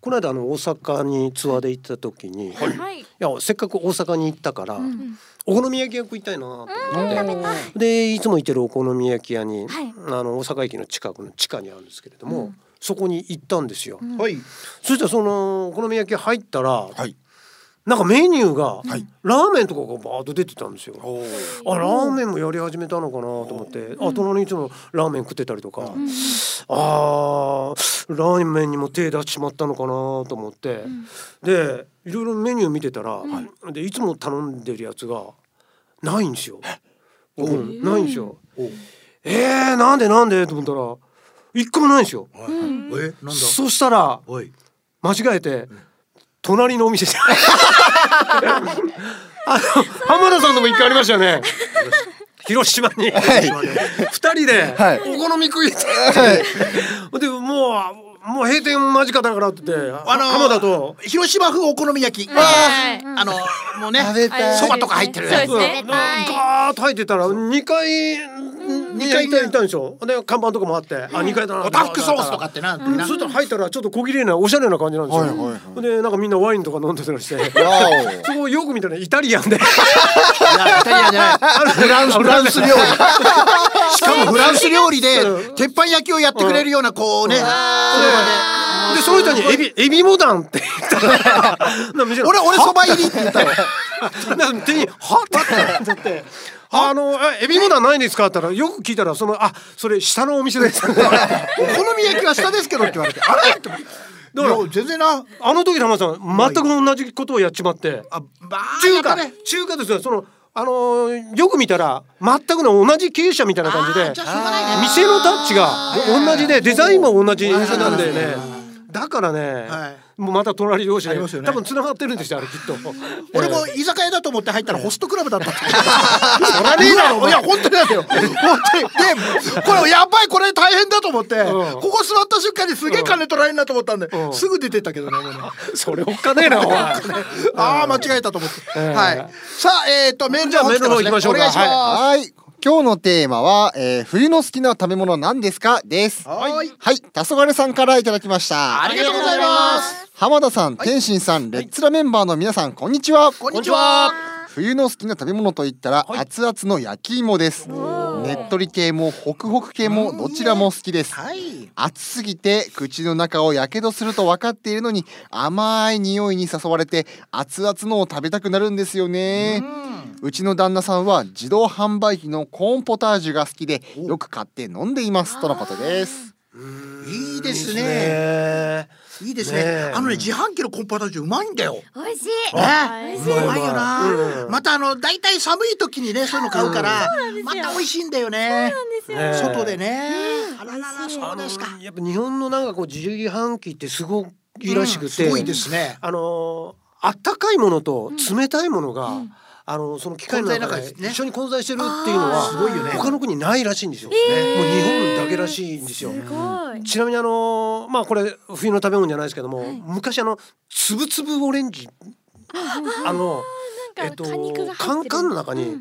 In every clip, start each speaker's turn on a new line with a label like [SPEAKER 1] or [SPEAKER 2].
[SPEAKER 1] この間あの大阪にツアーで行った時に、い、
[SPEAKER 2] はい。
[SPEAKER 1] やせっかく大阪に行ったから、
[SPEAKER 2] うん
[SPEAKER 1] お好み焼き屋食いたいなと思って、
[SPEAKER 2] 食べたい。
[SPEAKER 1] でいつも行ってるお好み焼き屋に、
[SPEAKER 2] はい
[SPEAKER 1] あの大阪駅の近くの地下にあるんですけれども、
[SPEAKER 2] うん
[SPEAKER 1] そこに行ったんですよ、
[SPEAKER 2] うん
[SPEAKER 3] はい
[SPEAKER 1] そしたらそのお好み焼き屋入ったら、
[SPEAKER 3] はい
[SPEAKER 1] なんかメニューが、
[SPEAKER 3] はい
[SPEAKER 1] ラーメンとかがバーッと出てたんですよ
[SPEAKER 3] おー
[SPEAKER 1] あラーメンもやり始めたのかなと思って、あ隣にいつもラーメン食ってたりとか、あ
[SPEAKER 2] うん
[SPEAKER 1] あーラーメンにも手出してしまったのかなと思って、でいろいろメニュー見てたら、でいつも頼んでるやつがないんですよ。うん、ないんですよ。えー、なんでなんでと思ったら一個もないんですよ。
[SPEAKER 3] はいはいえなんだ
[SPEAKER 1] そしたら
[SPEAKER 3] おい
[SPEAKER 1] 間違えて隣のお店で あの浜田さんとも一回ありましたよね広島に二人で
[SPEAKER 4] はい
[SPEAKER 1] お好み食いに行ってでもうもう閉店間近だからって言って
[SPEAKER 3] あのー
[SPEAKER 1] 浜田と
[SPEAKER 3] 広島風お好み焼き
[SPEAKER 2] はい
[SPEAKER 3] あのもうね
[SPEAKER 4] 食べたい
[SPEAKER 3] そばとか入ってる
[SPEAKER 2] そう
[SPEAKER 3] や
[SPEAKER 2] で
[SPEAKER 3] つ
[SPEAKER 2] すね
[SPEAKER 1] うんガーッと入ってたら2階2
[SPEAKER 3] 階
[SPEAKER 1] 階いたいたんでしょで看板とかもあってあ2階だな
[SPEAKER 3] おたふくソースとかってな
[SPEAKER 1] うんそしたら入ったらちょっと小綺麗なおしゃれな感じなんですよ、
[SPEAKER 4] はいはいはい
[SPEAKER 1] でなんかみんなワインとか飲んでたりして
[SPEAKER 4] わお
[SPEAKER 1] そこよく見たらイタリアンで
[SPEAKER 3] いやイタリアンじゃない
[SPEAKER 4] フランスフランス料理
[SPEAKER 3] しかもフランス料理で鉄板焼きをやってくれるようなこうねその場
[SPEAKER 1] でその人にエビエビモダンって言ったらなんか店
[SPEAKER 3] で
[SPEAKER 1] の
[SPEAKER 3] 俺俺そば入りって言ったよ
[SPEAKER 1] なんか店員「はっ?」って言って。あのえエビモダンないんですかって言ったらよく聞いたらそのあそれ下のお店です。だ
[SPEAKER 3] お好み焼きは下ですけどって言われてあれって
[SPEAKER 1] から
[SPEAKER 3] いや全然な
[SPEAKER 1] あの時玉さん全く同じことをやっちまって
[SPEAKER 3] あバ
[SPEAKER 1] 中
[SPEAKER 3] ー
[SPEAKER 1] 華、
[SPEAKER 3] ね
[SPEAKER 1] 中華ですよそのあのーよく見たら全くの同じ経営者みたいな感じで
[SPEAKER 3] あーじゃあしょうがないね
[SPEAKER 1] 店のタッチが同じでデザインも同じ店なんだよねだからね、
[SPEAKER 3] はい
[SPEAKER 1] もうまた隣同士
[SPEAKER 3] あ
[SPEAKER 1] で、
[SPEAKER 3] りますよね
[SPEAKER 1] 多分繋がってるんですよあれきっと
[SPEAKER 3] 俺も居酒屋だと思って入ったらホストクラブだっ たって。そらねえだろ。いや本当になんだよ。本当に。で、これやばいこれ大変だと思って、
[SPEAKER 1] うん
[SPEAKER 3] ここ座った瞬間にすげえ金取られるなと思ったんで、
[SPEAKER 1] うん
[SPEAKER 3] すぐ出てったけどね。もうね
[SPEAKER 1] それおっかねえなおい
[SPEAKER 3] ああ間違えたと思って。
[SPEAKER 1] え
[SPEAKER 3] はい。さあえっ、とメール
[SPEAKER 1] じゃあメールの方
[SPEAKER 3] 来て
[SPEAKER 1] 行きましょうか
[SPEAKER 3] ねお願いしま
[SPEAKER 4] はい今日のテーマは、えー冬の好きな食べ物なんですかです
[SPEAKER 3] す。はい。
[SPEAKER 4] はい黄昏さんからいただきました
[SPEAKER 3] ありがとうございます。
[SPEAKER 4] 浜田さん、天心さん、レッツラメンバーの皆さん、こんにちは。
[SPEAKER 3] こんにちは。
[SPEAKER 4] 冬の好きな食べ物といったら、熱々の焼き芋です。ねっとり系もホクホク系もどちらも好きです。
[SPEAKER 3] はい。
[SPEAKER 4] 暑すぎて口の中をやけどすると分かっているのに甘い匂いに誘われて熱々のを食べたくなるんですよねうちの旦那さんは自動販売機のコーンポタージュが好きでよく買って飲んでいますとのことです
[SPEAKER 3] いいです
[SPEAKER 1] いい
[SPEAKER 3] ね。
[SPEAKER 1] ね
[SPEAKER 3] いいです
[SPEAKER 1] ね
[SPEAKER 3] ね
[SPEAKER 1] え。
[SPEAKER 3] あのね自販機のコンポタージュうまいんだよ。
[SPEAKER 2] 美味しい。
[SPEAKER 3] ね、
[SPEAKER 2] 美
[SPEAKER 3] う
[SPEAKER 2] 味しい
[SPEAKER 3] まいよな、
[SPEAKER 1] うん
[SPEAKER 3] またあの大体寒い時にねそういうの買うから、また美味しいんだよね
[SPEAKER 1] ね
[SPEAKER 3] 外でね、あらららそうですか
[SPEAKER 1] あのやっぱ日本のなんかこう自販機ってすごいらしくて、
[SPEAKER 3] すごいですね
[SPEAKER 1] あのーあったかいものと冷たいものが、あのーその機械の
[SPEAKER 3] 混在の
[SPEAKER 1] 中
[SPEAKER 3] 中
[SPEAKER 1] で
[SPEAKER 3] ですね
[SPEAKER 1] 一緒に混在してるっていうのは
[SPEAKER 3] あーすごいよね
[SPEAKER 1] 他の国ないらしいんですよ、もう日本だけらしいんですよ。
[SPEAKER 2] すごい。
[SPEAKER 1] ちなみにあのーまあこれ冬の食べ物じゃないですけども、昔あのつぶつぶオレンジあの
[SPEAKER 2] なんか果肉が入ってる
[SPEAKER 1] カンカンの中に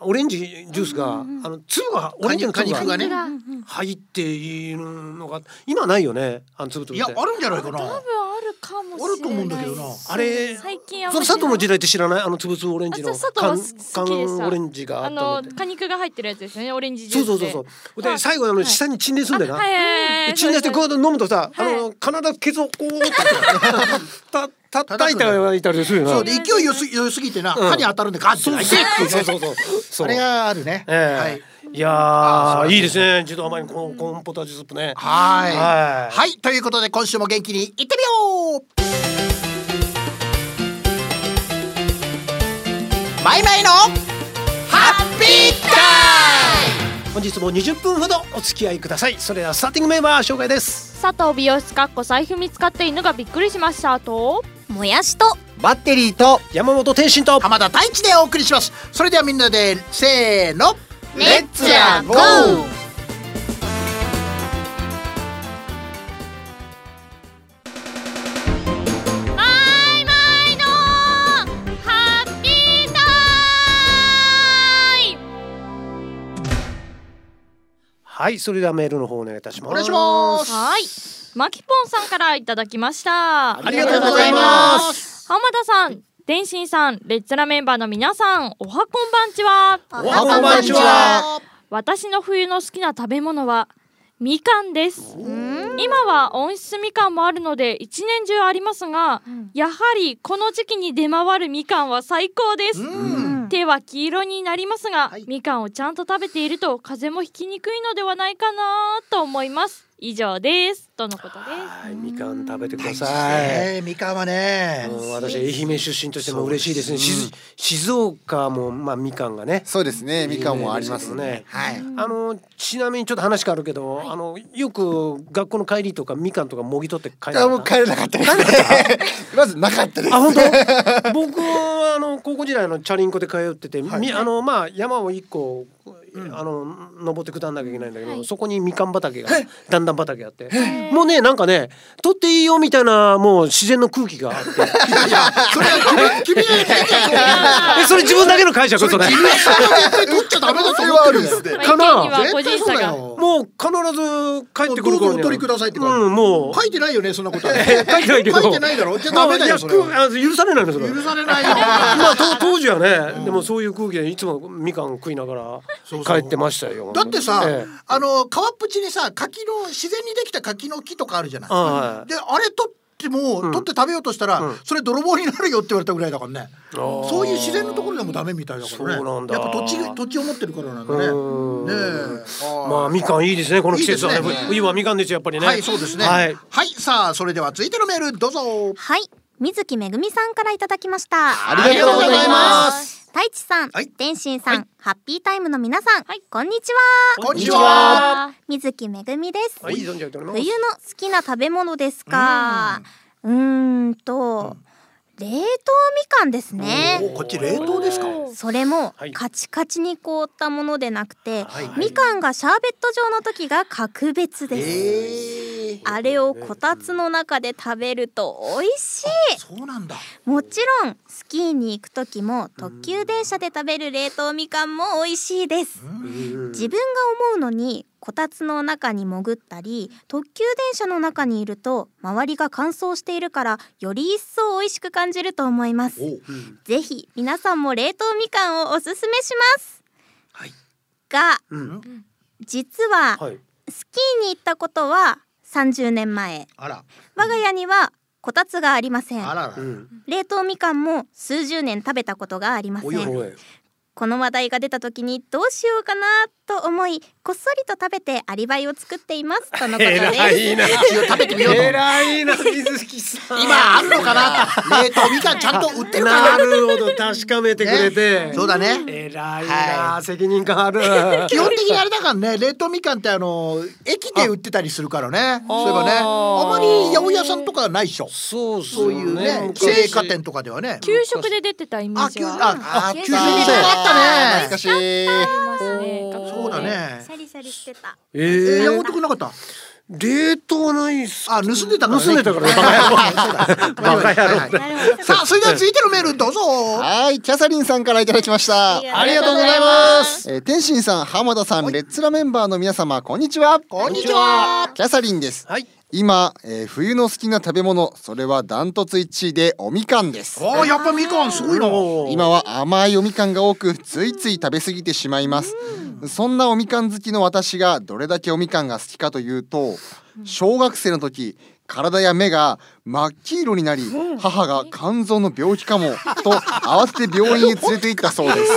[SPEAKER 1] オレンジジュースが、あの粒がオレンジの粒
[SPEAKER 3] 果肉が
[SPEAKER 1] が
[SPEAKER 3] ね
[SPEAKER 2] うんうん
[SPEAKER 1] 入っているのが今ないよねあのつぶつぶ
[SPEAKER 3] い
[SPEAKER 1] っ
[SPEAKER 3] や
[SPEAKER 1] て
[SPEAKER 3] あるんじゃないかな
[SPEAKER 2] 多分あるかもしれない。
[SPEAKER 3] あると思うんだけどな
[SPEAKER 1] あれ
[SPEAKER 2] 最近あん
[SPEAKER 1] その
[SPEAKER 2] まり
[SPEAKER 1] 佐藤の時代って知らないあのつぶつぶオレンジ
[SPEAKER 2] あ
[SPEAKER 1] の
[SPEAKER 2] そう佐
[SPEAKER 1] 缶
[SPEAKER 2] 藤は好きでした
[SPEAKER 1] 缶オレンジがあ
[SPEAKER 2] あ
[SPEAKER 1] ったの
[SPEAKER 2] の果肉が入ってるやつですよね。オレンジジ
[SPEAKER 1] そ
[SPEAKER 2] ュ
[SPEAKER 1] う
[SPEAKER 2] ースで
[SPEAKER 1] そう。そうそうで
[SPEAKER 2] あ
[SPEAKER 1] 最後あの下に沈殿するんだよな、
[SPEAKER 2] はいはいはい。
[SPEAKER 1] で沈殿してこうやって飲むとさ、
[SPEAKER 2] はい
[SPEAKER 1] あの体ケツをこうってたた叩いたらいたりするよな
[SPEAKER 3] そうで勢いよすよすぎてな、歯に当たるんでガッて開いて
[SPEAKER 1] そうそうそうそう
[SPEAKER 3] あれがあるね、
[SPEAKER 1] ええ
[SPEAKER 3] はい
[SPEAKER 1] い、やーいいですね自動甘いコーンコーンポタージュスープね
[SPEAKER 3] はい
[SPEAKER 1] はい
[SPEAKER 3] はいということで今週も元気にいってみようマイマイのハッピータ
[SPEAKER 1] 本日も20分ほどお付き合いくださいそれではスターティングメンバー紹介です
[SPEAKER 2] 佐藤美容室かっこ財布見つかって犬がびっくりしましたと。
[SPEAKER 5] もやしと
[SPEAKER 4] バッテリーと
[SPEAKER 1] 山本天心と
[SPEAKER 3] イム浜田太一でお送りしますそれではみんなでせーの
[SPEAKER 5] レッツラゴー
[SPEAKER 2] マイマイのハッピータイム。
[SPEAKER 1] はいそれではメールの方お願いいたします
[SPEAKER 3] お願いします
[SPEAKER 2] はい。マキポンさんからいただきました
[SPEAKER 3] ありがとうございます。
[SPEAKER 2] 浜田さん天心さんレッツラメンバーの皆さんおはこんばんちは
[SPEAKER 5] お
[SPEAKER 3] はこんばんちは。
[SPEAKER 2] 私の冬の好きな食べ物はみかんです今は温室みかんもあるので一年中ありますが、
[SPEAKER 5] ん
[SPEAKER 2] やはりこの時期に出回るみかんは最高です、
[SPEAKER 3] うん。
[SPEAKER 2] 手は黄色になりますが、
[SPEAKER 3] はい
[SPEAKER 2] みかんをちゃんと食べていると風邪もひきにくいのではないかなと思います以上ですとのことです
[SPEAKER 1] はい、みかん食べてください。
[SPEAKER 3] ええ、みかんはね
[SPEAKER 1] う。ん私愛媛出身としても嬉しいですね。
[SPEAKER 4] そう
[SPEAKER 1] 静
[SPEAKER 4] です
[SPEAKER 1] 静岡もまあみかんがね。
[SPEAKER 4] そうですねみかんもあります
[SPEAKER 1] 有名です
[SPEAKER 4] ね
[SPEAKER 1] けど
[SPEAKER 3] はい。
[SPEAKER 1] あのちなみにちょっと話変わるけど、あのよく学校の帰りとかみかんとかもぎ取って帰
[SPEAKER 4] あ
[SPEAKER 1] る
[SPEAKER 4] もう帰れなかったですねまずなかったです
[SPEAKER 1] あ本 当僕はあの高校時代あのチャリンコで通ってて、
[SPEAKER 3] はい
[SPEAKER 1] みあのまあ山を一個、あの登って下んなきゃいけないんだけど、そこにみかん畑がだんだん畑あってもうねなんかね取っていいよみたいなもう自然の空気があって
[SPEAKER 3] それは君君は
[SPEAKER 1] えそれ自分だけの解釈それ
[SPEAKER 3] 絶対取っちゃダメだと思ってるんだよ。
[SPEAKER 2] まあ
[SPEAKER 1] かな
[SPEAKER 2] 意見には個人
[SPEAKER 3] 絶対
[SPEAKER 2] 差
[SPEAKER 3] そうだ
[SPEAKER 2] が
[SPEAKER 3] よ。
[SPEAKER 1] もう必ず帰ってくる
[SPEAKER 3] も
[SPEAKER 1] 頃に
[SPEAKER 3] うどうぞ
[SPEAKER 1] は
[SPEAKER 3] お取りくださいって感じ
[SPEAKER 1] うん もう
[SPEAKER 3] 書いてないよねそんなことは。
[SPEAKER 1] 書いてないけど
[SPEAKER 3] 書いてないだろ。じゃあダメだ
[SPEAKER 1] まあ
[SPEAKER 3] よ
[SPEAKER 1] いや
[SPEAKER 3] それは。
[SPEAKER 1] くあ許されないのそれ
[SPEAKER 3] 許されないよ。
[SPEAKER 1] まあと当時はね、でもそういう空気でいつもみかん食いながら
[SPEAKER 3] そうそう
[SPEAKER 1] 帰ってましたよ。
[SPEAKER 3] だってさ、
[SPEAKER 1] ええ
[SPEAKER 3] あの川っぷちにさ柿の自然にできた柿の木とかあるじゃない。
[SPEAKER 1] はい
[SPEAKER 3] であれ取っても、
[SPEAKER 1] ん
[SPEAKER 3] 取って食べようとしたら、
[SPEAKER 1] うん
[SPEAKER 3] それ泥棒になるよって言われたぐらいだからね。
[SPEAKER 1] あー
[SPEAKER 3] そういう自然のところでもダメみたいだからね。
[SPEAKER 1] そうなんだ
[SPEAKER 3] やっぱ土地土地を持ってるからなんだね。
[SPEAKER 1] うん
[SPEAKER 3] ね
[SPEAKER 1] まあみかんいいですねこの季節はい
[SPEAKER 3] いですね
[SPEAKER 1] 冬はみかんですよやっぱり
[SPEAKER 3] え。
[SPEAKER 1] ね。
[SPEAKER 3] はいそうですね。は
[SPEAKER 1] はいい。
[SPEAKER 3] さあそれでは続いてのメールどうぞ。
[SPEAKER 5] はい水木めぐみさんからいただきました
[SPEAKER 4] ありがとうございます
[SPEAKER 5] 太一さん、
[SPEAKER 3] はい
[SPEAKER 5] 天心さん、
[SPEAKER 3] は
[SPEAKER 5] ハッピータイムの皆さん、
[SPEAKER 2] はい
[SPEAKER 5] こんにち
[SPEAKER 3] こんにちは。
[SPEAKER 5] は水木めぐみです、
[SPEAKER 1] はい存じ上げております
[SPEAKER 5] 冬。の好きな食べ物ですかうーんと、冷凍みかんです
[SPEAKER 3] お
[SPEAKER 5] ね
[SPEAKER 3] こっち冷凍ですか。
[SPEAKER 5] それも
[SPEAKER 1] はい
[SPEAKER 5] カチカチに凍ったものでなくて、
[SPEAKER 3] はい
[SPEAKER 5] みかんがシャーベット状の時が格別です、
[SPEAKER 3] ええ。
[SPEAKER 5] あれをこたつの中で食べると美味しい
[SPEAKER 3] そうなんだ。
[SPEAKER 5] もちろんスキーに行く時も特急電車で食べる冷凍みかんも美味しいです自分が思うのにこたつの中に潜ったり特急電車の中にいると周りが乾燥しているからより一層美味しく感じると思います
[SPEAKER 3] おう。
[SPEAKER 5] ぜひ皆さんも冷凍みかんをおすすめします
[SPEAKER 3] はい。
[SPEAKER 5] が
[SPEAKER 1] うん
[SPEAKER 5] 実は
[SPEAKER 1] はい。
[SPEAKER 5] スキーに行ったことは30年前
[SPEAKER 3] あら
[SPEAKER 5] 我が家にはこたつがありません
[SPEAKER 3] あらら
[SPEAKER 1] う。ん。
[SPEAKER 5] 冷凍みかんも数十年食べたことがありませ
[SPEAKER 1] おい
[SPEAKER 5] ん
[SPEAKER 1] おい。
[SPEAKER 5] この話題が出た時にどうしようかなと思いこっそりと食べてアリバイを作っていますとのこ とです
[SPEAKER 1] 偉いな。
[SPEAKER 3] 食べてみようと思って。
[SPEAKER 1] 偉いな水木さん。
[SPEAKER 3] 今あるのかな冷凍みかんちゃんと売ってるか
[SPEAKER 1] な
[SPEAKER 3] な
[SPEAKER 1] るほど確かめてくれて。
[SPEAKER 3] そうだね
[SPEAKER 1] 偉いな、
[SPEAKER 3] は
[SPEAKER 1] 責任感ある。
[SPEAKER 3] 基本的にあれだからね冷凍みかんってあの駅で売ってたりするからねそういえばねあまり八百屋さんとかはないでしょ
[SPEAKER 1] そうそ
[SPEAKER 3] そういうね
[SPEAKER 1] 昔
[SPEAKER 3] 青果店とかではね
[SPEAKER 2] 給食で出てたイメー
[SPEAKER 3] あ
[SPEAKER 2] ジ
[SPEAKER 3] 給
[SPEAKER 2] は
[SPEAKER 3] ああ給食であ
[SPEAKER 4] あ
[SPEAKER 3] った
[SPEAKER 4] 懐か
[SPEAKER 3] ね
[SPEAKER 4] しい
[SPEAKER 2] ますね学
[SPEAKER 3] そう
[SPEAKER 2] 校
[SPEAKER 3] だ
[SPEAKER 2] で
[SPEAKER 3] ね
[SPEAKER 5] シャリシャリしてた
[SPEAKER 1] え
[SPEAKER 3] え
[SPEAKER 1] ー
[SPEAKER 3] ー山本くんなかった
[SPEAKER 1] 冷凍はないっす
[SPEAKER 3] あ盗んでたからね
[SPEAKER 1] 盗んで たからね
[SPEAKER 3] バカ野郎
[SPEAKER 1] バ
[SPEAKER 5] なるほど
[SPEAKER 3] さあそれでは続いてのメールどうぞ
[SPEAKER 4] はいキャサリンさんからいただきました
[SPEAKER 5] ありがとうご
[SPEAKER 1] ざいます
[SPEAKER 4] えー天心さん浜田さんレッツラメンバーの皆様こんにちは
[SPEAKER 3] こんにちは
[SPEAKER 4] キャサリンです
[SPEAKER 1] はい
[SPEAKER 4] 今、えー冬の好きな食べ物それはダントツ1位でおみかんです
[SPEAKER 3] あーやっぱみかんすごいな
[SPEAKER 4] 今は甘いおみかんが多くついつい食べ過ぎてしまいますそんなおみかん好きの私がどれだけおみかんが好きかというと小学生の時体や目が真っ黄色になり母が肝臓の病気かもと慌てて病院へ連れて行ったそうです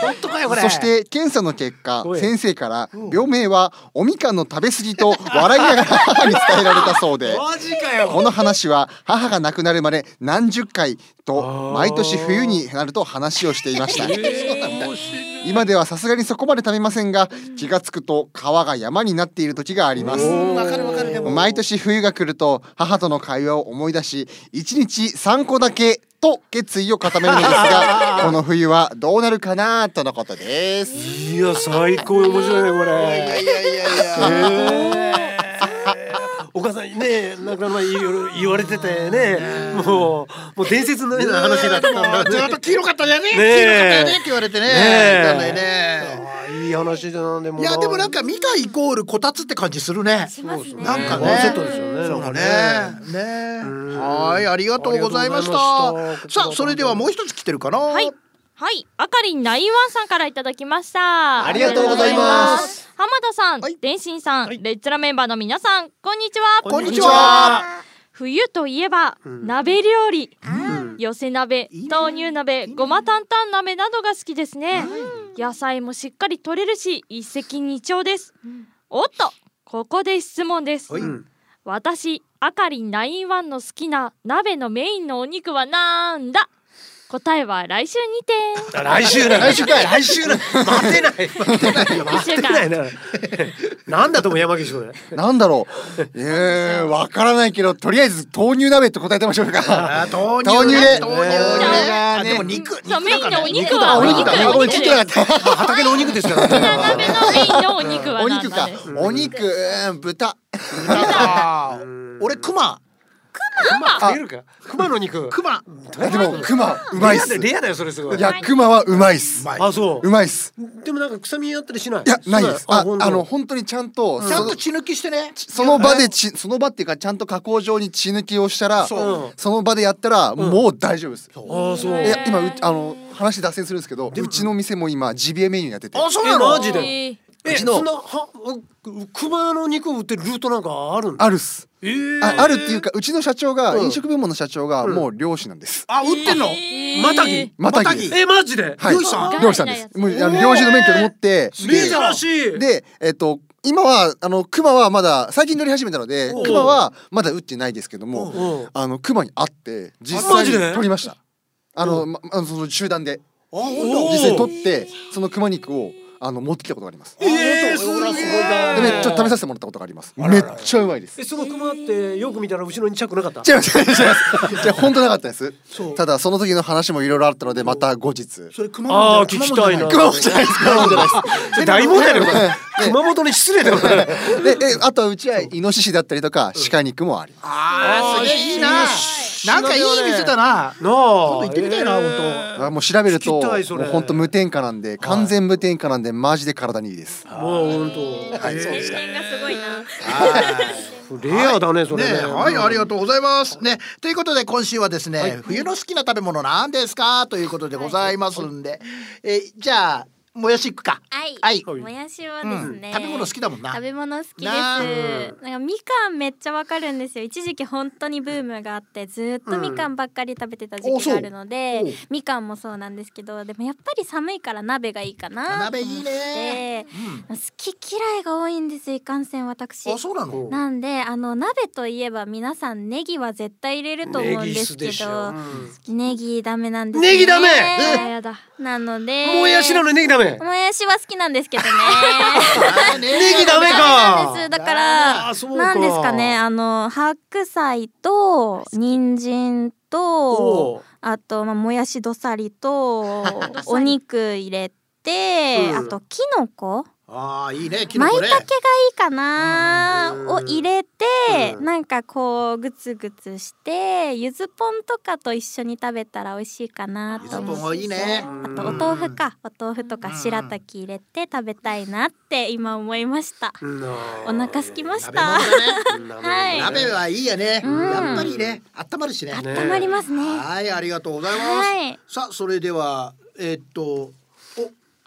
[SPEAKER 3] 本当かよこれ
[SPEAKER 4] そして検査の結果
[SPEAKER 1] おい
[SPEAKER 4] 先生から病名はおみかんの食べ過ぎと笑いながら母に伝えられたそうで
[SPEAKER 1] マジかよ
[SPEAKER 4] この話は母が亡くなるまで何十回と毎年冬になると話をしていました今ではさすがにそこまで食べませんが気がつくと皮が山になっている時があります
[SPEAKER 3] うんわかるわかるでも
[SPEAKER 4] 毎年冬が来ると母との会話を思い出し1日3個だけと決意を固めるので すがこの冬はどうなるかなとのことです
[SPEAKER 1] いや最高面白いねこれ
[SPEAKER 3] いやいやいや
[SPEAKER 1] えーお母さんにね亡くなる前いろいろ言われててねもうもう伝説のような話だったんだ
[SPEAKER 3] ずっと黄色かったよね。
[SPEAKER 1] ね
[SPEAKER 3] 黄色かった
[SPEAKER 1] え
[SPEAKER 3] よねって言われてね。
[SPEAKER 1] ねえ
[SPEAKER 3] わかんないね。
[SPEAKER 1] いい話じゃなんでも
[SPEAKER 3] いやでもなんかみかんイコールこたつって感じするね。
[SPEAKER 5] しますね。
[SPEAKER 3] なんかね
[SPEAKER 1] ワンセットですよね
[SPEAKER 3] そう
[SPEAKER 1] な
[SPEAKER 3] だ
[SPEAKER 1] んか
[SPEAKER 3] ね。ね
[SPEAKER 1] うん
[SPEAKER 3] はいありがとうございました。
[SPEAKER 1] ありがとうございました
[SPEAKER 3] さあそれではもう一つ来てるかな。
[SPEAKER 2] はい。はい、あかりんナインワンさんからいただきました。。
[SPEAKER 4] ありがとうございます
[SPEAKER 2] 浜田さん、
[SPEAKER 3] はい
[SPEAKER 2] 天心さん、
[SPEAKER 1] はい
[SPEAKER 2] レッツラメンバーの皆さん、こんにちは。
[SPEAKER 3] こんにちは。
[SPEAKER 2] 冬といえば、
[SPEAKER 1] うん
[SPEAKER 2] 鍋料理、
[SPEAKER 1] ん
[SPEAKER 2] 寄せ鍋、
[SPEAKER 3] いいね
[SPEAKER 2] 豆乳鍋、ごま担々鍋などが好きですね。野菜もしっかり取れるし、一石二鳥です。おっと、ここで質問です。
[SPEAKER 3] はい
[SPEAKER 1] うん
[SPEAKER 2] 私あかりんナインワンの好きな鍋のメインのお肉はなんだ答えは来週にて
[SPEAKER 1] あ来週ね来週かい来週ね待てない待てない
[SPEAKER 2] 一週間
[SPEAKER 1] 待てないななんだと思う山岸これ
[SPEAKER 4] なんだろう。ええわからないけど、とりあえず豆乳鍋って答えてみましょうか。
[SPEAKER 3] あ豆乳
[SPEAKER 4] 豆乳
[SPEAKER 3] ね
[SPEAKER 4] で
[SPEAKER 3] 豆乳ね
[SPEAKER 4] 豆乳ね
[SPEAKER 3] あでも肉肉
[SPEAKER 2] そうメインのお肉
[SPEAKER 1] あ
[SPEAKER 2] はお肉
[SPEAKER 1] 肉だ
[SPEAKER 2] だお
[SPEAKER 4] お
[SPEAKER 2] 肉で
[SPEAKER 4] 肉
[SPEAKER 2] す
[SPEAKER 4] だった。
[SPEAKER 1] 畑のお肉ですからね
[SPEAKER 2] 鍋のメインのお肉は
[SPEAKER 4] お
[SPEAKER 2] なん
[SPEAKER 4] 肉
[SPEAKER 2] だ
[SPEAKER 4] か
[SPEAKER 2] ね。
[SPEAKER 4] お肉、うん豚。
[SPEAKER 3] あ俺クマ
[SPEAKER 1] あ出るか熊の肉
[SPEAKER 3] クマ
[SPEAKER 4] でも、熊、うまいっす。い
[SPEAKER 1] レアだよそれすごい
[SPEAKER 4] や、熊はうまいっす。
[SPEAKER 1] あそう
[SPEAKER 4] うまいっす。
[SPEAKER 1] でもなんか臭みあったりしない
[SPEAKER 4] いや、ないです。あ、
[SPEAKER 1] 本当
[SPEAKER 4] あの、本当にちゃんと、
[SPEAKER 3] ちゃ
[SPEAKER 4] そ
[SPEAKER 3] ん
[SPEAKER 4] の
[SPEAKER 3] と血抜きしてね
[SPEAKER 4] その場でち、その場っていうか、ちゃんと加工場に血抜きをしたら、
[SPEAKER 3] そう
[SPEAKER 4] その場でやったら、もう大丈夫です。
[SPEAKER 1] あそう
[SPEAKER 4] い
[SPEAKER 1] え
[SPEAKER 4] や今うあの話脱線するんですけどうちの店も今ジビエメニューになってて
[SPEAKER 3] あそうなの
[SPEAKER 1] マジで
[SPEAKER 2] えー
[SPEAKER 1] え
[SPEAKER 4] うちの
[SPEAKER 1] そんなはう熊の肉を売ってるルートなんかあるんだ
[SPEAKER 4] あるっす
[SPEAKER 1] えー
[SPEAKER 4] ああるっていうかうちの社長が
[SPEAKER 1] うん
[SPEAKER 4] 飲食部門の社長がもう漁師なんです
[SPEAKER 3] あ売ってんの
[SPEAKER 1] またぎ
[SPEAKER 4] またぎです
[SPEAKER 1] えマジで
[SPEAKER 4] はい
[SPEAKER 3] 漁師さ
[SPEAKER 2] ん
[SPEAKER 4] 漁師さんですもうあの漁師の免許を持って
[SPEAKER 1] 珍
[SPEAKER 4] で
[SPEAKER 1] しい
[SPEAKER 4] でえっと今はあの熊はまだ最近乗り始めたので
[SPEAKER 1] おう
[SPEAKER 4] 熊はまだ打ってないですけども
[SPEAKER 1] うん
[SPEAKER 4] あの熊に会って実
[SPEAKER 1] マ
[SPEAKER 4] 際
[SPEAKER 1] ジ
[SPEAKER 4] に
[SPEAKER 1] で
[SPEAKER 4] 取りましたあのまあのその集団で
[SPEAKER 3] あ本
[SPEAKER 1] おう
[SPEAKER 3] 当
[SPEAKER 4] 実際に取ってその熊肉をあの持ってきたことがありますで
[SPEAKER 1] えーすごい
[SPEAKER 4] めっちゃ食べさせてもらったことがありますめっちゃうまいです
[SPEAKER 1] えその熊ってよく見たら後ろにチャックなかった
[SPEAKER 4] 違います違います違いますじゃ本当なかったですただその時の話もいろいろあったのでまた後日
[SPEAKER 3] それクマ
[SPEAKER 1] ああ聞きたいな
[SPEAKER 4] 熊本じゃないです熊本じゃないです
[SPEAKER 1] それ大問題だよこれ熊本に失礼だよこれ
[SPEAKER 4] でえあとはうちはイノシシだったりとか鹿肉もあります
[SPEAKER 3] ああすげえいいななんかいい店だな
[SPEAKER 1] なあ
[SPEAKER 3] 今度行ってみたいな
[SPEAKER 1] えー
[SPEAKER 3] 本
[SPEAKER 4] あもう調べると
[SPEAKER 1] 聞き
[SPEAKER 4] も
[SPEAKER 1] たいそうれ
[SPEAKER 4] 本当無添加なんで完全無添加なんでマジで体にいいです
[SPEAKER 1] もう本当
[SPEAKER 4] いそう
[SPEAKER 5] 視点がすごいな。
[SPEAKER 1] レアだねそれね
[SPEAKER 3] ねはいありがとうございますねということで今週はですね、冬の好きな食べ物なんですかということでございますんで、えーじゃあもやしいくか
[SPEAKER 5] はい、
[SPEAKER 3] はい
[SPEAKER 5] もやしはです
[SPEAKER 3] う
[SPEAKER 5] ね、
[SPEAKER 3] ん食べ物好きだもんな
[SPEAKER 5] 食べ物好きです
[SPEAKER 3] なあ
[SPEAKER 5] なんかみかんめっちゃわかるんですよ一時期本当にブームがあってずっとみかんばっかり食べてた時
[SPEAKER 3] うんお
[SPEAKER 5] 期
[SPEAKER 3] そう
[SPEAKER 5] があるので、
[SPEAKER 3] おう
[SPEAKER 5] みかんもそうなんですけどでもやっぱり寒いから鍋がいいかな
[SPEAKER 3] 鍋いいね
[SPEAKER 5] と思って好き嫌いが多いんですいかんせん私
[SPEAKER 3] あそうなの
[SPEAKER 5] なんであの鍋といえば皆さんネギは絶対入れると思うんですけ
[SPEAKER 1] ネギ酢でしょ
[SPEAKER 5] ど
[SPEAKER 1] う
[SPEAKER 5] ネギダメなんですよね
[SPEAKER 1] ネギダメ
[SPEAKER 2] あやだ
[SPEAKER 5] なので
[SPEAKER 1] もやしなのにネギダメ
[SPEAKER 5] もやしは好きなんですけどね。
[SPEAKER 1] ネギ ダメ
[SPEAKER 5] なんです
[SPEAKER 1] か
[SPEAKER 5] だから
[SPEAKER 1] あーそうか
[SPEAKER 5] なんですかねあの白菜と人参と
[SPEAKER 1] おう
[SPEAKER 5] あとまあもやしどさりとお肉入れて、
[SPEAKER 1] うん
[SPEAKER 5] あときのこ
[SPEAKER 3] ああいいねきの
[SPEAKER 5] 舞
[SPEAKER 3] こ
[SPEAKER 5] 茸が
[SPEAKER 3] ね
[SPEAKER 5] いいかな
[SPEAKER 1] うん
[SPEAKER 5] を入れて、
[SPEAKER 1] うん
[SPEAKER 5] なんかこうグツグツしてゆずポンとかと一緒に食べたら美味しいかなと思
[SPEAKER 3] ゆずポ
[SPEAKER 5] っ
[SPEAKER 3] ン
[SPEAKER 5] て
[SPEAKER 3] いいね
[SPEAKER 5] あとお豆腐かお豆腐とか白滝入れて食べたいなって今思いました
[SPEAKER 1] なあ
[SPEAKER 5] お腹空きまし
[SPEAKER 3] 鍋
[SPEAKER 5] た
[SPEAKER 1] 鍋
[SPEAKER 5] はい
[SPEAKER 3] 鍋はいいやね、
[SPEAKER 5] ん
[SPEAKER 3] やっぱりね温まるしね
[SPEAKER 1] ね
[SPEAKER 5] たまりますね
[SPEAKER 3] はいありがとうございます、
[SPEAKER 5] はい
[SPEAKER 3] さあそれではえーっとお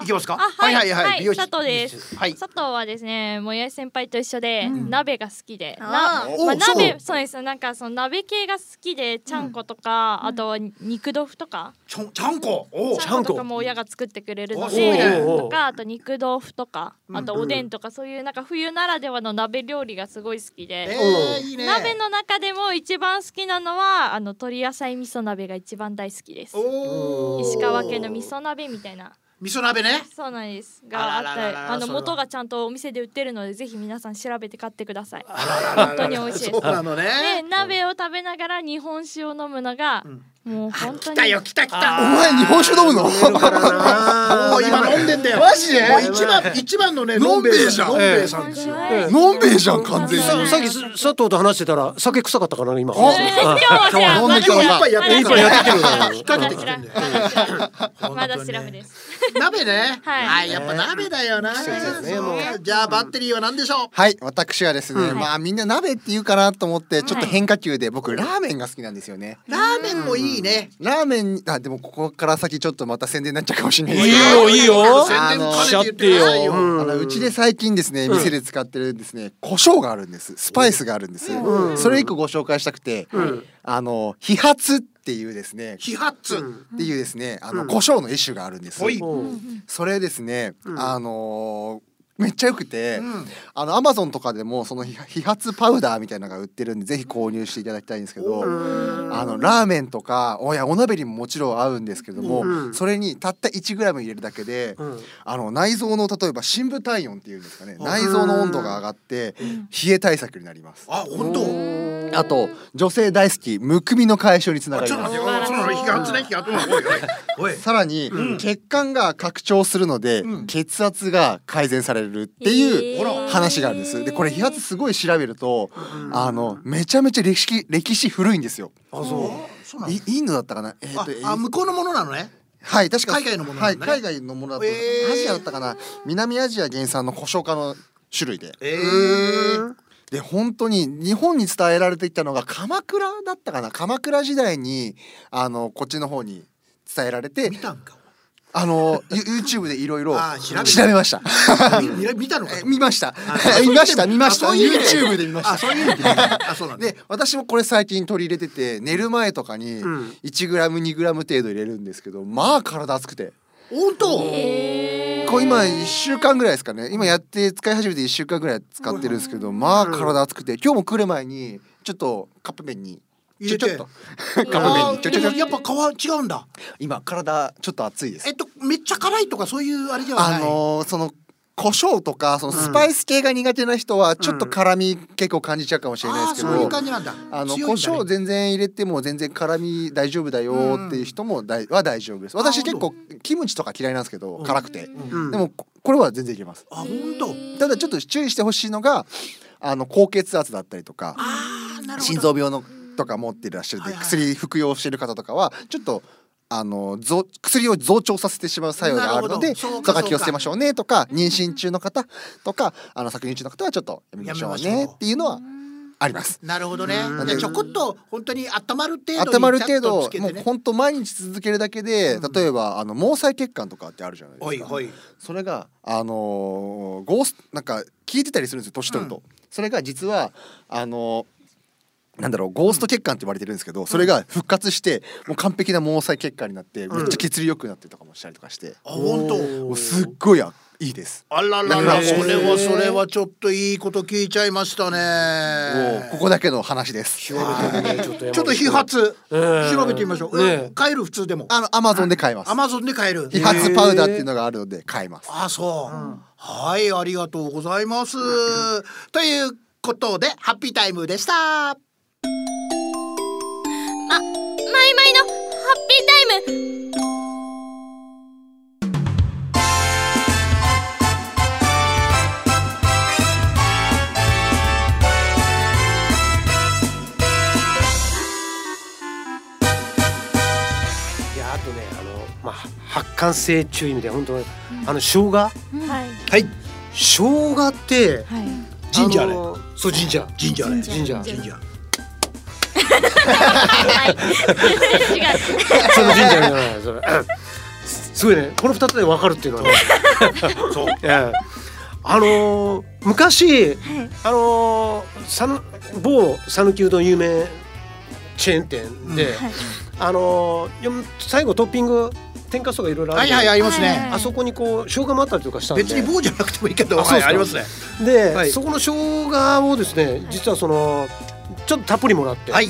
[SPEAKER 3] いきますか
[SPEAKER 2] あはいはいはい、
[SPEAKER 3] 美容師
[SPEAKER 2] 佐藤です、
[SPEAKER 3] はい
[SPEAKER 2] 佐藤はですねもやし先輩と一緒で、鍋が好きでな
[SPEAKER 5] あ
[SPEAKER 3] ー
[SPEAKER 2] まあ、
[SPEAKER 3] おそう
[SPEAKER 2] 鍋そうですなんかその鍋系が好きでちゃんことか、あとは肉豆腐とか、
[SPEAKER 3] ちょんちゃんこおう
[SPEAKER 2] ちゃんことかも親が作ってくれるの
[SPEAKER 3] あ
[SPEAKER 2] で
[SPEAKER 1] そう
[SPEAKER 2] とかあと肉豆腐とかあとおでんとかそういうなんか冬ならではの鍋料理がすごい好き
[SPEAKER 3] え
[SPEAKER 2] で、
[SPEAKER 3] ー、いいね
[SPEAKER 2] 鍋の中でも一番好きなのはあの鶏野菜味噌鍋が一番大好きです
[SPEAKER 3] おー
[SPEAKER 2] 石川県の味噌鍋みたいな
[SPEAKER 3] 味噌鍋ね
[SPEAKER 2] そうなんですがあ
[SPEAKER 3] あ
[SPEAKER 2] っ
[SPEAKER 3] らららら
[SPEAKER 2] たあの
[SPEAKER 3] それは
[SPEAKER 2] 元がちゃんとお店で売ってるのでぜひ皆さん調べて買ってください
[SPEAKER 3] 本
[SPEAKER 2] 当に美味しい
[SPEAKER 3] そうなの
[SPEAKER 2] で
[SPEAKER 3] ね
[SPEAKER 2] 鍋を食べながら日本酒を飲むのがもう本当
[SPEAKER 3] 来
[SPEAKER 2] に
[SPEAKER 3] たよ来た来た
[SPEAKER 4] お前日本酒飲むの
[SPEAKER 1] 飲めるからな
[SPEAKER 3] もう今飲んでんだよ
[SPEAKER 4] マジで
[SPEAKER 3] もう一番一番のね
[SPEAKER 4] 飲んべえじゃん
[SPEAKER 3] 飲べえさんですよ
[SPEAKER 2] ええ
[SPEAKER 4] 飲んべえじゃん完全に
[SPEAKER 1] ささっきす佐藤と話してたら酒臭かったからね今。
[SPEAKER 4] あ
[SPEAKER 2] 今日は
[SPEAKER 4] 飲んできた
[SPEAKER 3] 今日
[SPEAKER 4] の
[SPEAKER 3] 一
[SPEAKER 4] が
[SPEAKER 3] 杯やってる
[SPEAKER 1] 一杯やってるから
[SPEAKER 3] 引っ掛けてきてんだよ
[SPEAKER 2] まだシラフです。
[SPEAKER 3] 鍋ね
[SPEAKER 2] はい
[SPEAKER 3] はいやっぱ鍋だよな
[SPEAKER 1] 季節ですねもう
[SPEAKER 3] じゃあバッテリーは何でしょう
[SPEAKER 4] はい私はですね、
[SPEAKER 1] うん
[SPEAKER 4] まあみんな鍋って言うかなと思ってちょっと変化球で僕ラーメンが好きなんですよね
[SPEAKER 3] ラーメンもいいね
[SPEAKER 4] ラーメンあでもここから先ちょっとまた宣伝になっちゃうかもしれない
[SPEAKER 1] い
[SPEAKER 4] です
[SPEAKER 1] い
[SPEAKER 4] けど
[SPEAKER 1] よいいよ。
[SPEAKER 3] 宣伝
[SPEAKER 1] しちゃ
[SPEAKER 3] 兼
[SPEAKER 1] っ
[SPEAKER 3] ねて言
[SPEAKER 1] て
[SPEAKER 3] ってくださいよ
[SPEAKER 1] よ。
[SPEAKER 4] あ
[SPEAKER 1] ん
[SPEAKER 4] のうちで最近ですね店で使ってるですね、胡椒があるんですスパイスがあるんです、
[SPEAKER 1] うん
[SPEAKER 4] それ一個ご紹介したくて、
[SPEAKER 1] うん
[SPEAKER 4] あの飛髪っていうですね
[SPEAKER 3] 揮発
[SPEAKER 1] うん
[SPEAKER 4] っていうですねあ
[SPEAKER 1] う
[SPEAKER 4] の
[SPEAKER 1] ん
[SPEAKER 4] 胡椒の一種があるんです、
[SPEAKER 3] ほい
[SPEAKER 4] それですね、
[SPEAKER 1] うん
[SPEAKER 4] あのーめっちゃ良くて、
[SPEAKER 3] うん
[SPEAKER 4] あのアマゾンとかでもその飛飛髪パウダーみたいなのが売ってるんでぜひ購入していただきたいんですけど、
[SPEAKER 1] うん
[SPEAKER 4] あのラーメンとかおやお鍋にももちろん合うんですけども、
[SPEAKER 1] うん
[SPEAKER 4] それにたった1グラム入れるだけで、
[SPEAKER 1] うん
[SPEAKER 4] あの内臓の例えば深部体温っていうんですかね
[SPEAKER 3] うん
[SPEAKER 4] 内臓の温度が上がって冷え対策になります。
[SPEAKER 3] あ本当
[SPEAKER 4] あと女性大好きむくみの解消につなが
[SPEAKER 3] ち
[SPEAKER 4] り
[SPEAKER 3] ょっと
[SPEAKER 4] ま
[SPEAKER 3] 待っ
[SPEAKER 4] す
[SPEAKER 3] てよその揮発ね揮発おいおいおい
[SPEAKER 4] さらに、血管が拡張するので、
[SPEAKER 3] うん
[SPEAKER 4] 血圧が改善されるっていう
[SPEAKER 2] ほら
[SPEAKER 4] 話があるんです。でこれ飛圧すごい調べると、あのめちゃめちゃ歴史歴史古いんですよ。
[SPEAKER 1] あそ
[SPEAKER 3] そうなの
[SPEAKER 4] いインドだったかな、えーとえ
[SPEAKER 3] ああ向こうのものなのね
[SPEAKER 4] はい確か
[SPEAKER 3] 海外のもの
[SPEAKER 4] は
[SPEAKER 3] ないんだね
[SPEAKER 4] 海外のものだと、
[SPEAKER 3] えー
[SPEAKER 4] アジアだったかな南アジア原産の胡椒科の種類で
[SPEAKER 3] え
[SPEAKER 1] う。
[SPEAKER 4] で本当に日本に伝えられてきたのが鎌倉だったかな鎌倉時代にあのこっちの方に伝えられて
[SPEAKER 3] 見たんか
[SPEAKER 4] あのユ YouTube でいろいろ
[SPEAKER 3] あー調べた
[SPEAKER 4] 調べました
[SPEAKER 3] 見見たのか
[SPEAKER 4] え見 まし
[SPEAKER 3] あ
[SPEAKER 4] た見ました見ました
[SPEAKER 3] あそういう意味
[SPEAKER 4] YouTube で見ました
[SPEAKER 3] あそういう意味でねあそうなんだ
[SPEAKER 4] で私もこれ最近取り入れてて寝る前とかに
[SPEAKER 1] うん
[SPEAKER 4] 1グラム2グラム程度入れるんですけどまあ体熱くて。
[SPEAKER 3] 本当
[SPEAKER 4] こう今1週間ぐらいですかね今やって使い始めて1週間ぐらい使ってるんですけどまあ体熱くて今日も来る前にちょっとカップ麺にち
[SPEAKER 3] 入
[SPEAKER 4] ょ
[SPEAKER 3] れ
[SPEAKER 4] ち
[SPEAKER 3] て
[SPEAKER 4] ょっとカップ麺にちょちょちょ
[SPEAKER 3] あーやっぱ皮違うんだ
[SPEAKER 4] 今体ちょっと熱いです
[SPEAKER 3] えっとめっちゃ辛いとかそういうあれで はな
[SPEAKER 4] あ
[SPEAKER 3] い
[SPEAKER 4] のーその胡椒とかそのスパイス系が苦手な人はちょっと辛み結構感じちゃうかもしれない
[SPEAKER 3] あ
[SPEAKER 4] で
[SPEAKER 3] ー
[SPEAKER 4] すけ
[SPEAKER 3] そういう
[SPEAKER 4] ど
[SPEAKER 3] 感じなんだ
[SPEAKER 4] あの
[SPEAKER 3] 強
[SPEAKER 4] 胡
[SPEAKER 3] いんだね
[SPEAKER 4] 椒全然入れても全然辛み大丈夫だよっていう人もだいは大丈夫です私結構キムチとか嫌いなんですけど辛くて
[SPEAKER 1] うん
[SPEAKER 4] でもここれは全然いけます
[SPEAKER 3] あ本当
[SPEAKER 4] ただちょっと注意してほしいのがあの高血圧だったりとか
[SPEAKER 3] あーなるほど
[SPEAKER 4] 心臓病のとか持ってらっしゃる
[SPEAKER 3] はい
[SPEAKER 4] で
[SPEAKER 3] はい
[SPEAKER 4] 薬服用してる方とかはちょっとあの増薬を増長させてしまう作用があるの
[SPEAKER 3] な
[SPEAKER 4] で
[SPEAKER 3] るほどそうか
[SPEAKER 4] 榊を捨てましょうねとか妊娠中の方とかあの搾乳中の方はちょっとやめましょう
[SPEAKER 3] やめま
[SPEAKER 4] ね
[SPEAKER 3] しょう
[SPEAKER 4] っていうのはあります。
[SPEAKER 3] なるほどね
[SPEAKER 1] うん
[SPEAKER 3] じゃあちょこっと本当に温まる程度に
[SPEAKER 4] 温まる程
[SPEAKER 3] ちゃっと
[SPEAKER 4] 度、
[SPEAKER 3] つけ
[SPEAKER 4] も
[SPEAKER 3] て
[SPEAKER 4] う
[SPEAKER 3] ね
[SPEAKER 4] ほんと毎日続けるだけで、例えばあの毛細血管とかってあるじゃないですか。
[SPEAKER 3] おいおい
[SPEAKER 4] それがあのーゴースなんか聞いてたりするんですよ年取ると、それが実はあのーなんだろうゴースト血管って言われてるんですけど、それが復活してもう完璧な毛細血管になって、めっちゃ血流良くなってとかもしたりとかして、
[SPEAKER 3] あ本当
[SPEAKER 4] もうすっごいやいいです。
[SPEAKER 3] あらら
[SPEAKER 4] な
[SPEAKER 3] ら
[SPEAKER 4] んか
[SPEAKER 3] それはそれはちょっといいこと聞いちゃいました
[SPEAKER 4] もうこ
[SPEAKER 3] ね
[SPEAKER 4] こだけの話です。
[SPEAKER 1] ちょっと
[SPEAKER 3] ちょっと揮発
[SPEAKER 1] うん
[SPEAKER 3] 調べてみましょう
[SPEAKER 1] ね
[SPEAKER 3] うん買える普通でも
[SPEAKER 4] あのアマゾンで買えます
[SPEAKER 3] ア。マゾンで買える
[SPEAKER 4] 揮発パウダーっていうのがあるので買えます。
[SPEAKER 3] あそう、はいありがとうござい ます、ということでハッピータイムでした
[SPEAKER 2] マイマイのハッピータイム。
[SPEAKER 1] いやあとねあのまあ発汗性注意みたいな本当にあの生姜
[SPEAKER 2] はい
[SPEAKER 3] はい
[SPEAKER 1] 生姜って
[SPEAKER 2] はい。
[SPEAKER 3] ジンジャーね
[SPEAKER 1] のそうジンジャー
[SPEAKER 3] ジンジャーね
[SPEAKER 1] ジンジャー
[SPEAKER 3] ジンジャー
[SPEAKER 2] 違
[SPEAKER 1] その神社じゃないそれ。すごいね。この二つで分かるっていうのは、 ね。 そう。ええあのー昔、あのーさぬ某讃岐うどん有名チェーン店で、あのーよん最後トッピング添加素がいろいろある
[SPEAKER 3] は
[SPEAKER 1] ん
[SPEAKER 3] い
[SPEAKER 1] で
[SPEAKER 3] はいありますね、
[SPEAKER 2] はい
[SPEAKER 1] あそこにこう生姜もあったりとかしたんで。
[SPEAKER 3] 別に棒じゃなくてもいいけど
[SPEAKER 1] あそうですか
[SPEAKER 3] はいありますね
[SPEAKER 1] で、
[SPEAKER 3] はい
[SPEAKER 1] そこの生姜をですね、実はそのちょっとたっぷりもらって、
[SPEAKER 3] はい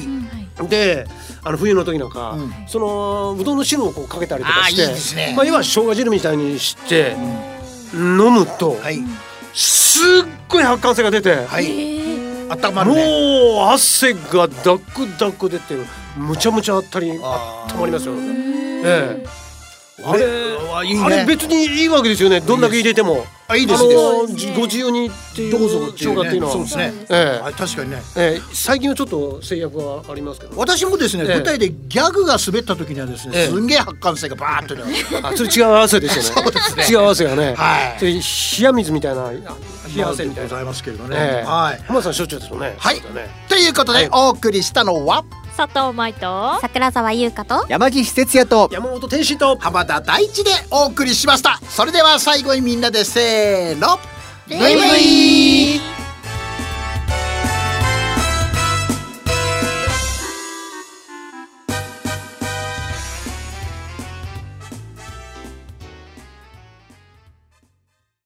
[SPEAKER 1] で、あの冬の時なんか、
[SPEAKER 3] うん
[SPEAKER 1] そのうどんの汁をこうかけたりとかし
[SPEAKER 3] あーいい
[SPEAKER 1] て、
[SPEAKER 3] ですね
[SPEAKER 1] まあ要は生姜汁みたいにして飲むと、
[SPEAKER 3] はい
[SPEAKER 1] すっごい発汗性が出て、
[SPEAKER 3] はい
[SPEAKER 2] い。
[SPEAKER 3] 温まるね
[SPEAKER 1] もう汗がダクダク出てる。むちゃむちゃあったり
[SPEAKER 3] あー
[SPEAKER 1] たまりますよ。ええあれ
[SPEAKER 3] あいいね
[SPEAKER 1] あれ別にいいわけですよね。どんだけ入れても。
[SPEAKER 3] あいい
[SPEAKER 1] あ
[SPEAKER 3] ですね
[SPEAKER 1] のご自由にっていう
[SPEAKER 3] どうぞってい
[SPEAKER 1] 生
[SPEAKER 3] う
[SPEAKER 1] 姜ってい
[SPEAKER 3] ね
[SPEAKER 1] うのは。
[SPEAKER 3] そうですね
[SPEAKER 1] ええ
[SPEAKER 3] はい確かにね
[SPEAKER 1] ええ最近はちょっと制約がありますけど。
[SPEAKER 3] 私もですね、
[SPEAKER 1] ええ
[SPEAKER 3] 舞台でギャグが滑った時にはですね、
[SPEAKER 1] ええ
[SPEAKER 3] すんげえ発汗性がバーッ と出ます
[SPEAKER 1] あ それ違う汗ですよね。
[SPEAKER 3] そうですね
[SPEAKER 1] 違う汗がね。
[SPEAKER 3] はい
[SPEAKER 1] で冷や水みたいなあ冷や汗みたい
[SPEAKER 3] ご
[SPEAKER 1] な。
[SPEAKER 3] ざいますけれどね、
[SPEAKER 1] ええ
[SPEAKER 3] はい
[SPEAKER 1] 浜田さんしょっちゅうですよね。
[SPEAKER 3] はい
[SPEAKER 1] そうだね
[SPEAKER 3] ということで、お送りしたのは
[SPEAKER 2] 佐藤舞と
[SPEAKER 5] 桜沢優香と
[SPEAKER 4] 山岸節也と
[SPEAKER 1] 山本天心と
[SPEAKER 3] 浜田大地でお送りしましたそれでは最後にみんなでせーの
[SPEAKER 5] ブイブイ